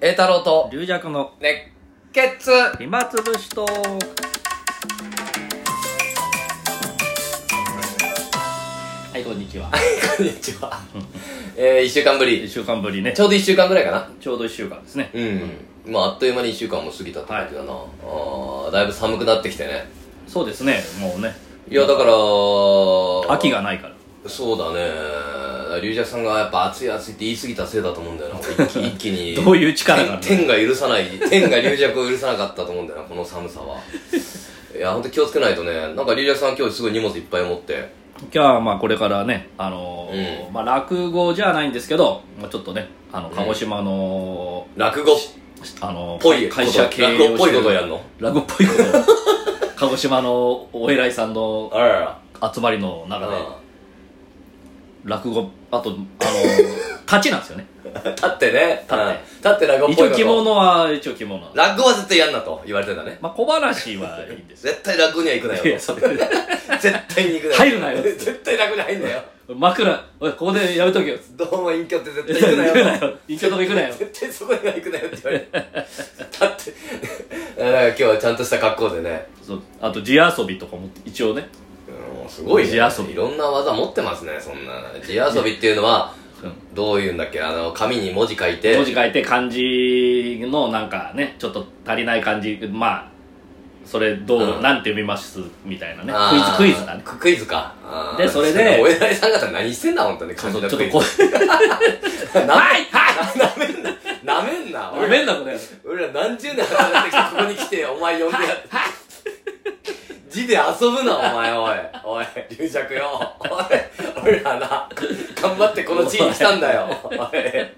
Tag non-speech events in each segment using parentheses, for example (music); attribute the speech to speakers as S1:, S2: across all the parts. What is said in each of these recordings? S1: 栄太郎と
S2: 龍弱の
S1: 熱血
S2: 暇つぶしとはい (laughs) こんにちは
S1: こんにちは、 (laughs) えー、1週間ぶ
S2: 1
S1: り
S2: 週間ぶりね
S1: ちょうど1週間ぐらいかな
S2: ちょうど1週間ですね
S1: うんまああっという間に1週間も過ぎたって感じだな、あーだいぶ寒くなってきてね
S2: そうですねもうね
S1: いやだから
S2: 秋がないから
S1: そうだね龍尺さんがやっぱ暑い暑いって言い過ぎたせいだと思うんだ
S2: (laughs)
S1: よな一気一気に
S2: どういう力があるの
S1: 天天が許さない天が龍尺を許さなかったと思うんだよなこの寒さはいや本当気をつけないとねなんか龍尺さん今日すごい荷物いっぱい持って
S2: 今日はまあこれからねあのーまあ落語じゃないんですけど、まあ、ちょっとねあの鹿児島の、
S1: 落語
S2: あの
S1: ぽい
S2: 会社経営を
S1: 落語っぽいことを
S2: して
S1: や
S2: る
S1: んの
S2: 落語っぽいことを (laughs) 鹿児島のお偉いさんの
S1: あらら
S2: 集まりの中で
S1: あ
S2: 落語あとあの立ちなんですよね
S1: あ (laughs) 立ってね
S2: って
S1: うん立って落語っ
S2: 一
S1: ぽいこ
S2: 応
S1: と
S2: 着物は一応着物なんで
S1: 落語は絶対やんなと言われてたね
S2: まあ小話はいいん
S1: (laughs)
S2: ですよ
S1: 絶対落語には行くなよ
S2: いや
S1: (laughs)
S2: それ
S1: 絶対に行くなよ
S2: 入るなよ
S1: 絶対落語に入んなよ
S2: 枕おいここでやめとけよ
S1: (laughs) どうも隠居って絶
S2: 行
S1: 対行く
S2: く
S1: な
S2: な
S1: よ
S2: よ一応とこ (laughs) 行くなよ
S1: 絶対そこには行くなよって言われ (laughs) てだってだから今日はちゃんとした格好でね
S2: そうあと地遊びとかも一応ね、
S1: うんすごいね
S2: 地遊び
S1: いろんな技持ってますねそんな地遊びっていうのは
S2: うん
S1: どういうんだっけあの紙に文字書いて
S2: 文字書いて漢字のなんかねちょっと足りない漢字まあそれどう、
S1: うん
S2: なんて読みますみたいなね
S1: あー
S2: クイズクイズだね
S1: ククイズかあー
S2: でそれで
S1: お偉いさん方何してんだ本当に
S2: そ
S1: 感
S2: う
S1: じ
S2: そう
S1: の
S2: ちょっ
S1: クイ
S2: と
S1: ズ
S2: こう
S1: はいはいなめんな
S2: ごめんなこれ
S1: 俺ら何十年働いてきてここに来てお前呼んでやる字で遊ぶなお前おいおい龍尺よおい俺らな頑張ってこの地に来たんだよおい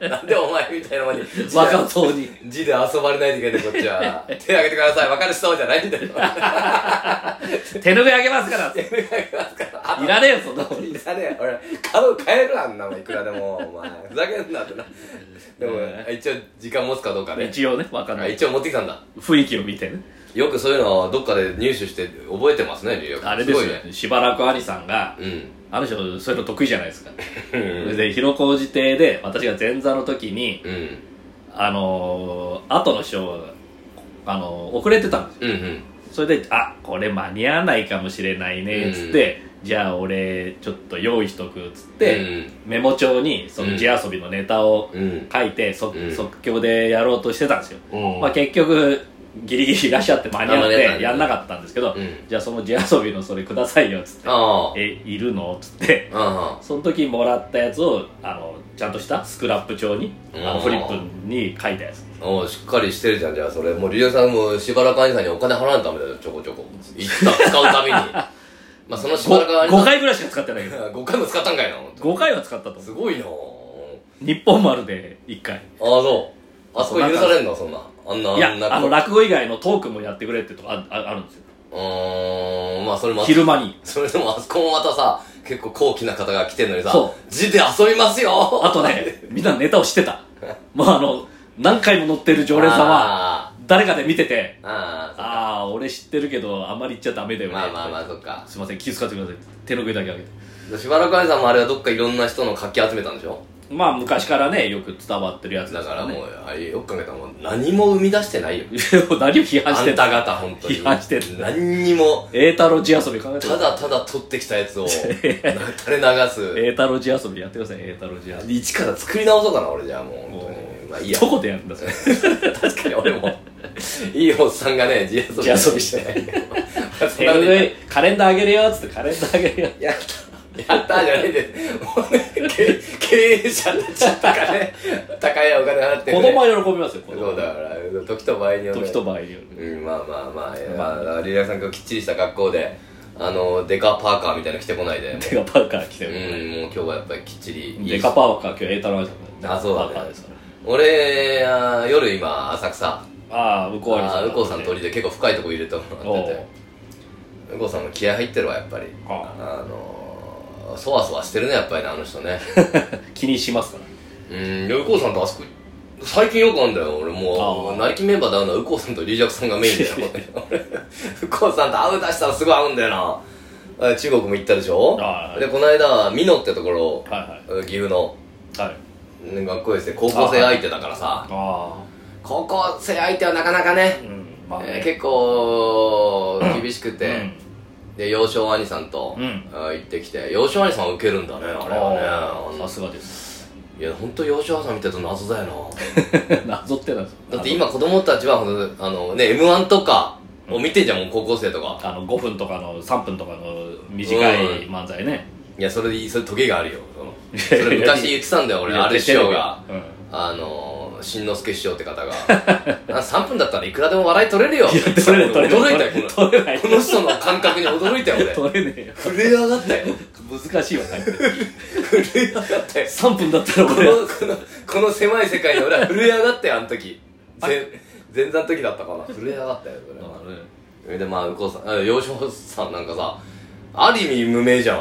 S1: なんでお前みたいなのに字で
S2: 若そうに
S1: 字で遊ばれないといけないこっちは手挙げてください分かる人じゃないんだよ
S2: 手拭いあげますから
S1: 手挙げてくださいから
S2: いらねえよそんなもん
S1: いらねえ俺買う買えるあんなもんいくらでもお前ふざけんなってなでも、
S2: う
S1: 一応時間持つかどうかね
S2: 一応ねわかん
S1: あ
S2: ない
S1: 一応持ってきたんだ
S2: 雰囲気を見てね
S1: よくそういうのはどっかで入手して覚えてますねリュウ
S2: あれですよ
S1: ごいね
S2: しばらく兄さんが
S1: うん
S2: あの人そういうの得意じゃないですかそれ
S1: う
S2: で広小路邸で私が前座の時
S1: ん
S2: にあのー、後の師匠があのー遅れてたんですよ
S1: うんうん
S2: それで「あこれ間に合わないかもしれないね」っつって、じゃあ俺ちょっと用意しとく」っつって、メモ帳にその地遊びのネタを
S1: うんうん
S2: 書いて、即
S1: うん
S2: 即興でやろうとしてたんですよ、
S1: うん
S2: まあ、結局ギリギリいらっしゃって間に合っ
S1: あ間に合った
S2: て
S1: ね
S2: やんなかったんですけど、
S1: うん
S2: じゃあその地遊びのそれくださいよっつって
S1: ああ
S2: えいるのっつって
S1: あ
S2: その時もらったやつをあのちゃんとしたスクラップ帳にあ
S1: う
S2: の
S1: ん
S2: フリップに書いたやつ
S1: あおうしっかりしてるじゃんじゃあそれもうリュウさんもしばらく兄さんにお金払わないとダメだよちょこちょこ一旦使うた
S2: (laughs)
S1: めにまあそのしばらく
S2: 5,
S1: 兄さん
S2: 回ぐらいしか使ってないけど
S1: (laughs) 5回も使ったんかいな本当
S2: 5回は使ったと思
S1: す
S2: う
S1: ごいなあ
S2: 日本丸で1回
S1: あそうあそこ許されんのそんなあんないあんな
S2: やあの落語以外のトークもやってくれってとかあああるんですよ
S1: うーんまあそれも
S2: 昼間に
S1: それでもあそこもまたさ結構高貴な方が来てんのにさ
S2: そ
S1: 字で遊びますよ
S2: あと
S1: (laughs)
S2: ねみんなネタをしてたもうあの何回も載ってる常連さんは
S1: あ
S2: 誰かで見てて
S1: ーあ
S2: ああ俺知ってるけどあんまり言っちゃダメ
S1: ー
S2: だよね
S1: まあまあまあそっか
S2: すいません気遣ってください手の上だけあげて
S1: しばらくあいさんもあれはどっかいろんな人の書き集めたんでしょ
S2: まあ昔からねよく伝わってるやつで
S1: だ
S2: す
S1: から
S2: ね
S1: もうあれよく考えたらもう何も生み出してないよ
S2: (laughs) 何を批判
S1: あ
S2: して
S1: ん
S2: んだ
S1: た方本当に
S2: 批判してん
S1: 何にも
S2: 栄太郎地遊び考えてく
S1: た
S2: ださ
S1: だただ取ってきたやつ
S2: (laughs)
S1: をな垂れ
S2: い
S1: 流
S2: 栄太郎地遊びやってください栄太郎地遊
S1: す一から作り直そうかな俺じゃあもう本当にまあいい
S2: び
S1: や
S2: どこでやるんだそ
S1: (laughs)
S2: れ
S1: 確かに俺もいいおっさんがね地遊び
S2: 地遊びして手の上カレンダーあげるよっつってカレンダーあげるよ
S1: (laughs) やったやったーじゃないでもうね経経営者たちとか
S2: (laughs)
S1: ね高いお金払って
S2: 子
S1: る、ね、
S2: 供は喜びますよ子供
S1: そうだから時と場合によって
S2: 時と場合によ
S1: う
S2: る
S1: んまあまあまあ、えーまあ、だからリラさんがきっちりした格好であのデカパーカーみたいなの着てこないで
S2: デカパーカー着て
S1: うん
S2: る、
S1: もう今日はやっぱりきっちりいい
S2: デカパーカー今日エータラージャ
S1: あそうだね
S2: パーカーですか
S1: 俺あー夜今浅草
S2: らああ向こ
S1: あ
S2: う
S1: ー右近さん通
S2: り
S1: りで結構深いとこ入れてもらってて右近さんも気合入ってるわやっぱり
S2: あ
S1: あのー、そわそわしてるねやっぱりねあの人ね (laughs)
S2: 気にしますから
S1: うん右近さんとあそこ最近よくあるんだよ俺も
S2: あ
S1: う
S2: ー
S1: 成木メンバーで会うのは右近さんと龍尺さんがメインだよ俺 (laughs) 右近さんと会う出したらすごい合うんだよなあ中国も行ったでしょ
S2: あー
S1: でこの間は美濃ってところ
S2: はいは
S1: 岐阜の
S2: いはい
S1: ね学校ですね高校生相手だからさ
S2: あ
S1: 高校生相手はなかなかね、
S2: うんまあね
S1: えー結構厳しくて、
S2: うん
S1: で幼少兄さんと、
S2: うん
S1: あー行ってきて幼少兄さんは受けるんだねあれは
S2: あー
S1: ね
S2: さすがです (laughs)
S1: いや本当幼少兄さん見てると謎だよ
S2: 謎ってなんです
S1: なだって今子供たちは本当あのね m 1とかを見てんじゃんもう高校生とか
S2: あの5分とかの3分とかの短い漫才ね、
S1: いやそれでそれ時があるよそのそれ昔言ってたんだよ俺ある師匠が、
S2: うん
S1: あのー、しんのすけ師匠って方が (laughs) あ3分だったらいくらでも笑い取れるよ
S2: いや取れない取れない
S1: 驚いたよこの
S2: 取れない
S1: この人の感覚に驚いたよ俺
S2: 取れねえよ
S1: 震え上がったよ
S2: 難しいわタイプ
S1: 震え上がったよ
S2: 3分だったら
S1: こ
S2: 俺
S1: の (laughs) このこの狭い世界に俺は震え上がったよあの時前前座の時だったかな震え上がったよ俺はそれでまあこうさんあ幼少さんなんかさある意味無名じゃん、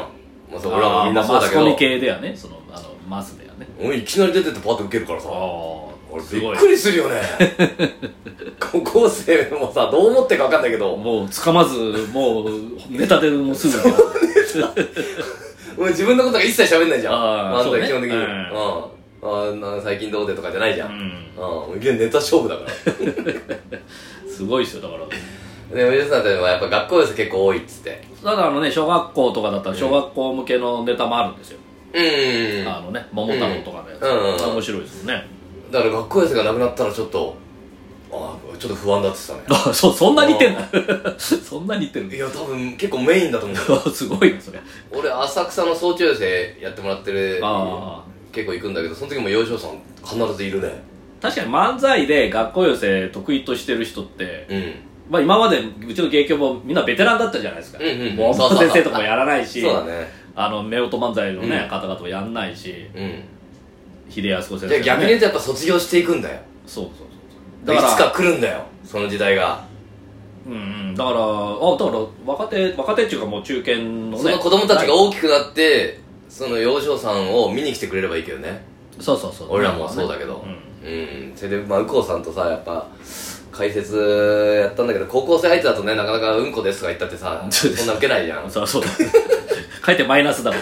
S1: まあ、そう俺はみんなそうだけ
S2: あーまあマスコ
S1: ど
S2: ミ系ではねそのあのマスではね
S1: 俺いきなり出てってパッと受けるからさ
S2: あ
S1: 俺
S2: す
S1: び
S2: ご
S1: っ
S2: い
S1: くりするよ
S2: (laughs)
S1: ね高校生もさどう思ってるか分かんないけども
S2: もうつかまずもうネタでもうすぐ
S1: う自分のことが一切喋んないじゃん
S2: あー
S1: 漫
S2: そ
S1: 才
S2: うね
S1: 基本的に
S2: うん
S1: うんあーな最近どうでとかじゃないじゃ
S2: うんん
S1: うん、いきなりネタ勝負だから。
S2: すごいですよだから
S1: で、おじさんたちはやっぱ学校寄せ結構多いっつって。
S2: ただあのね小学校とかだったら小学校向けのネタもあるんですよ、
S1: うん。
S2: あのね桃太郎とかのやつ、
S1: うんうん
S2: 面白いですよね
S1: だから学校寄せがなくなったらちょっと、ああ、ちょっと不安だって言ってたね。
S2: あそそんな似てんの (laughs) そんな似てる
S1: いや、多分結構メインだと思う。
S2: のすごいなそれ
S1: (laughs) 俺、浅草の総中寄せやってもらってる、
S2: あ
S1: 結構行くんだけど、その時も幼少さん必ずいるね。
S2: 確かに漫才で学校寄せ得意としてる人って、
S1: うん。
S2: まあ今までうちの芸協もみんなベテランだったじゃないですか。
S1: うんうん
S2: もう
S1: そうそうそう
S2: 先生とかもやらないし、
S1: そうだね。
S2: あの、夫婦漫才のね、
S1: うん
S2: 方々もやんないし、
S1: うん。
S2: 秀康子先
S1: じゃ
S2: 生、
S1: あ
S2: ね。
S1: 逆に言うとやっぱ卒業していくんだよ。
S2: そうそうそう。
S1: いつか来るんだよ、その時代が。
S2: うんうん。だから、あ、だから、若手、若手っていうかもう中堅のね。
S1: その子供たちが大きくなって、その幼少さんを見に来てくれればいいけどね。
S2: そうそうそう。
S1: 俺らもそうだけど
S2: うん。
S1: うん、それでまあ右近さんとさやっぱ解説やったんだけど高校生相手だとねなかなか「うんこです」とか言ったってさそ
S2: そうです
S1: んなウケないじゃん
S2: そうそうだ。書いてマイナスだもん。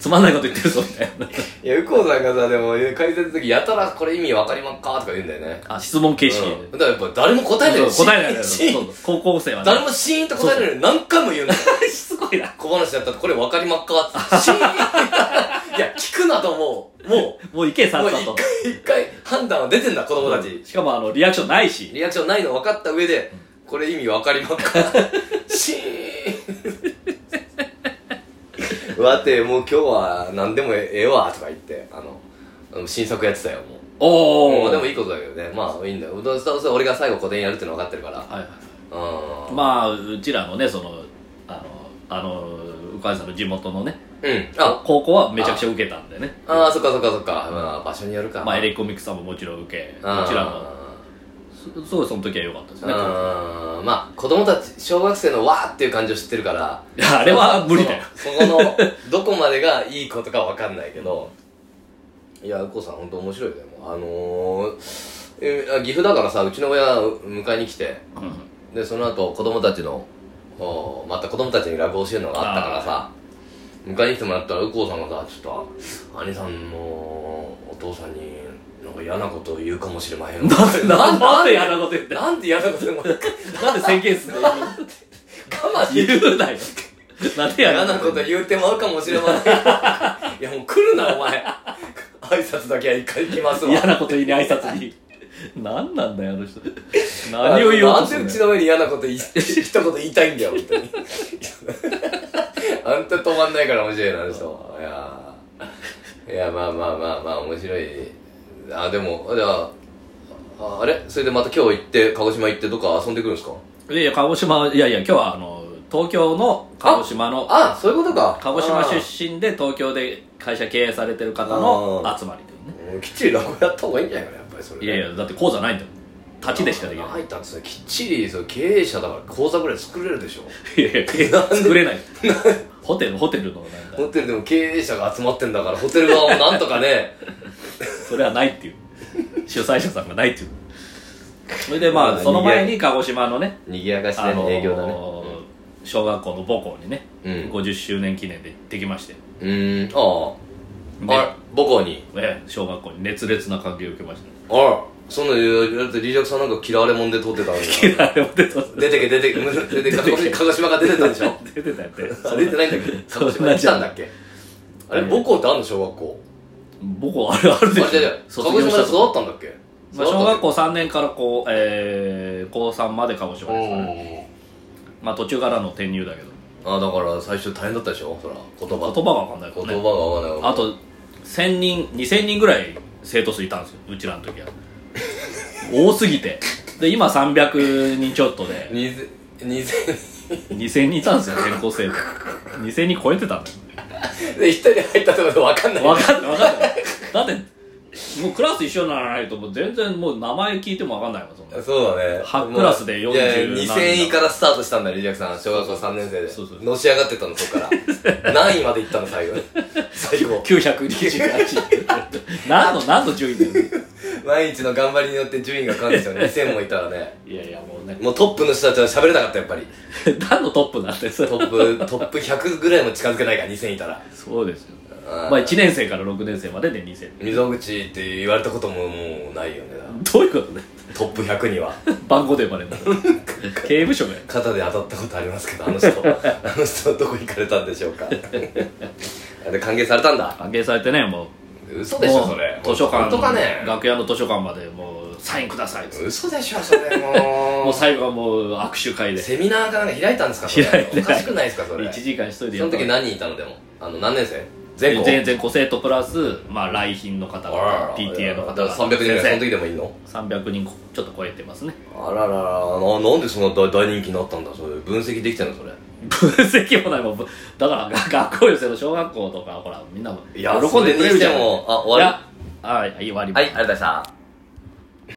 S2: つまんないこと言ってるぞ、みたい
S1: (laughs) いや右近さんがさでも解説の時やたら「これ意味わかりまっか」とか言うんだよね、
S2: な。あ、質問形式。
S1: うん、だからやっぱ誰も答えない
S2: そう答えないのよ。
S1: シーン
S2: そう高校生はね。
S1: 誰もシーンと答えないのに何回も言うんだよ
S2: すごいな。
S1: 小話だったら「これわかりまっか」って
S2: (laughs)
S1: シーンいや聞くなと思うも
S2: もう行け、
S1: う
S2: さ
S1: も
S2: っ
S1: う
S2: さ
S1: 一
S2: と。
S1: 回一回判断は出てんだ子供たち、
S2: しかもあの、リアクションないし。
S1: リアクションないの分かった上で、これ意味分かりまっかシーンわて、もう今日は何でもええわとか言って、あの、あの新作やってたよ、もう。
S2: お
S1: も
S2: ー。
S1: うでもいいことだけどね。まあいいんだよ。どうせどうせ俺が最後個展やるっての分かってるから。
S2: はいはい。
S1: うん。あ。
S2: まあ、うちらのね、その、あの、あの、うかいさんの地元のね、
S1: うん。あ、
S2: 高校はめちゃくちゃ受けたんでね。
S1: あーそっかそっかそっか。まあ場所によるか。
S2: まあ、エレコミックさんももちろん受け、
S1: うん
S2: うちらも、すすごいその時は良かったです
S1: う
S2: ね。
S1: ん。まあ子供たち、小学生のわーっていう感じを知ってるから、
S2: いやあれは無理だよ。
S1: そのそこのどこまでがいいことかわかんないけどいや右近さん本当面白いよねもうあのーえあ岐阜だからさうちの親迎えに来て
S2: うん
S1: でその後子供たちのおまた子供たちに落語教えるのがあったからさ迎えに来てもらったら右近さんがさちょっと兄さんのお父さんになんか嫌なことを言うかもしれまへん
S2: なんで、なんでなんで嫌なこと言ってんの
S1: なんで嫌なことでも我
S2: なんで宣言すんの
S1: 慢でき
S2: 言うなよ。なんで
S1: 嫌
S2: 嫌な
S1: な
S2: こ
S1: ことと
S2: 言う
S1: 言うてまうかもしれませんいやもう来るなお前挨拶だけは一回行きますわ
S2: 嫌なこと言いに挨拶に。何なんだよ、あの人。何を言おうとす
S1: なんでう
S2: るの
S1: ちの上に嫌なこと言い一言言いたいんだよ本当にあんた止まんないから面白いなあの人いやーいやまあまあまあまあ面白いあでもじゃあああれそれでまた今日行って鹿児島行ってどっか遊んでくるんですか
S2: いやいや、鹿児島、いやいや、今日はあの、東京の鹿児島の
S1: あそういうことか
S2: 鹿児島
S1: あー
S2: 出身で東京で会社経営されてる方の集まりというね
S1: うんきっちり落語やった方がいいんじゃないかなやっぱりそれ
S2: いやいやだって講座ないんだよ立ちでしかできない
S1: 入ったんですねきっちりその経営者だから口座ぐらい作れるでしょ
S2: いやいや
S1: なんで
S2: 作れないホテルホテルのなんだ
S1: ホテルでも経営者が集まってんだからホテル側もなんとかね
S2: それはないっていう主催者さんがないっていうそれでま
S1: まあ
S2: あその前に鹿児島のね
S1: (laughs) 賑やかし
S2: あ
S1: で
S2: のー
S1: 営業だね
S2: 小学校の母校にね
S1: うん
S2: 50周年記念で行ってきまして
S1: うーんあああ
S2: で
S1: ら母校に
S2: ええ小学校に熱烈な歓迎を受けました
S1: あらそんなのだってリージャクさんなんか嫌われもんで撮ってたんだ
S2: あれも出てた (laughs)
S1: 出てけ出てけ出てけ鹿児島鹿児島が出てたんでしょ
S2: 出てたやって
S1: あ出てないんだっけ鹿児
S2: そん
S1: 島
S2: な
S1: に来たん (laughs) だっけあれ
S2: えー
S1: 母校ってあんの小学校
S2: 僕はあれある
S1: あ
S2: でし
S1: 違
S2: ょ
S1: う違う鹿児島で育ったんだっけ
S2: まあ、小学校3年からこう、えー、高3まで鹿児島ですね、まあ、途中からの転入だけど
S1: あだから最初大変だったでしょそら言葉
S2: 言葉が分かんないけ
S1: 言
S2: ど
S1: 葉が
S2: ね
S1: 合わない
S2: あと1000人2000人ぐらい生徒数いたんですようちらの時
S1: (laughs)
S2: は多すぎてで今300人ちょっとで
S1: 二千二千
S2: 2000人いたんですよ全校生徒2000人超えてたんだよ
S1: (laughs) で一人入ったところで分かんない
S2: 分かんない分かんないだってもうクラス一緒にならないともう全然もう名前聞いても分かんないわそんな
S1: そうだね
S2: は
S1: もう
S2: クラスで40
S1: いやいや
S2: 何
S1: 2000位からスタートしたんだリージャクさん小学校3年生で
S2: そうそう
S1: のし上がってたのそこから
S2: (laughs)
S1: 何位まで行ったの最後最後
S2: 928何の何の順位だよ
S1: 毎日の頑張りによって順位が変わるんですよ2000もい
S2: (laughs)
S1: たらね
S2: いやいやもうね
S1: もうトップの人たちは喋れなかったやっぱり
S2: 何のトップなんてそ
S1: トップトップ100ぐらいも近づけないから2000いたら
S2: そうですよ
S1: あー
S2: まあ1年生から6年生までで2000
S1: 溝口って言われたことももうないよね
S2: どういうことね
S1: トップ100には
S2: 番号で呼ばれるの刑務所が
S1: 肩で当たったことありますけどあ
S2: (laughs)
S1: の人あの人どこ行かれたんでしょうか (laughs) あれ歓迎されたんだ
S2: 歓迎されてねもう
S1: 嘘でしょ
S2: もう
S1: それ
S2: 図書館
S1: 本当かね
S2: 楽屋の図書館までもうサインくださいっつって
S1: 嘘でしょそれもう
S2: もう最後はもう握手会で
S1: セミナーかなんか開いたんですかそれ
S2: 開いてない
S1: おかしくないですかそれ
S2: 1時間一人で
S1: そ
S2: や
S1: の
S2: った
S1: 時何人いたのでもあの何年生全校
S2: 全全校生徒プラスまあ来賓の方
S1: あ
S2: 々
S1: ら
S2: PTA の方
S1: だ
S2: 々
S1: から300人ぐらいその
S2: 先
S1: 時でもいいの
S2: 生300人ちょっと超えてますね (laughs)
S1: あらららななんでそんな大大人気になったんだそれ分析できてんのそれ
S2: 分析もないもんぶだからが学校寄せの小学校とかほらみんなも
S1: いや
S2: 喜んでくれるじゃん
S1: それにしてもあ終わり
S2: りあいやはい終わり
S1: は
S2: ま
S1: いあ
S2: す
S1: りがとうございました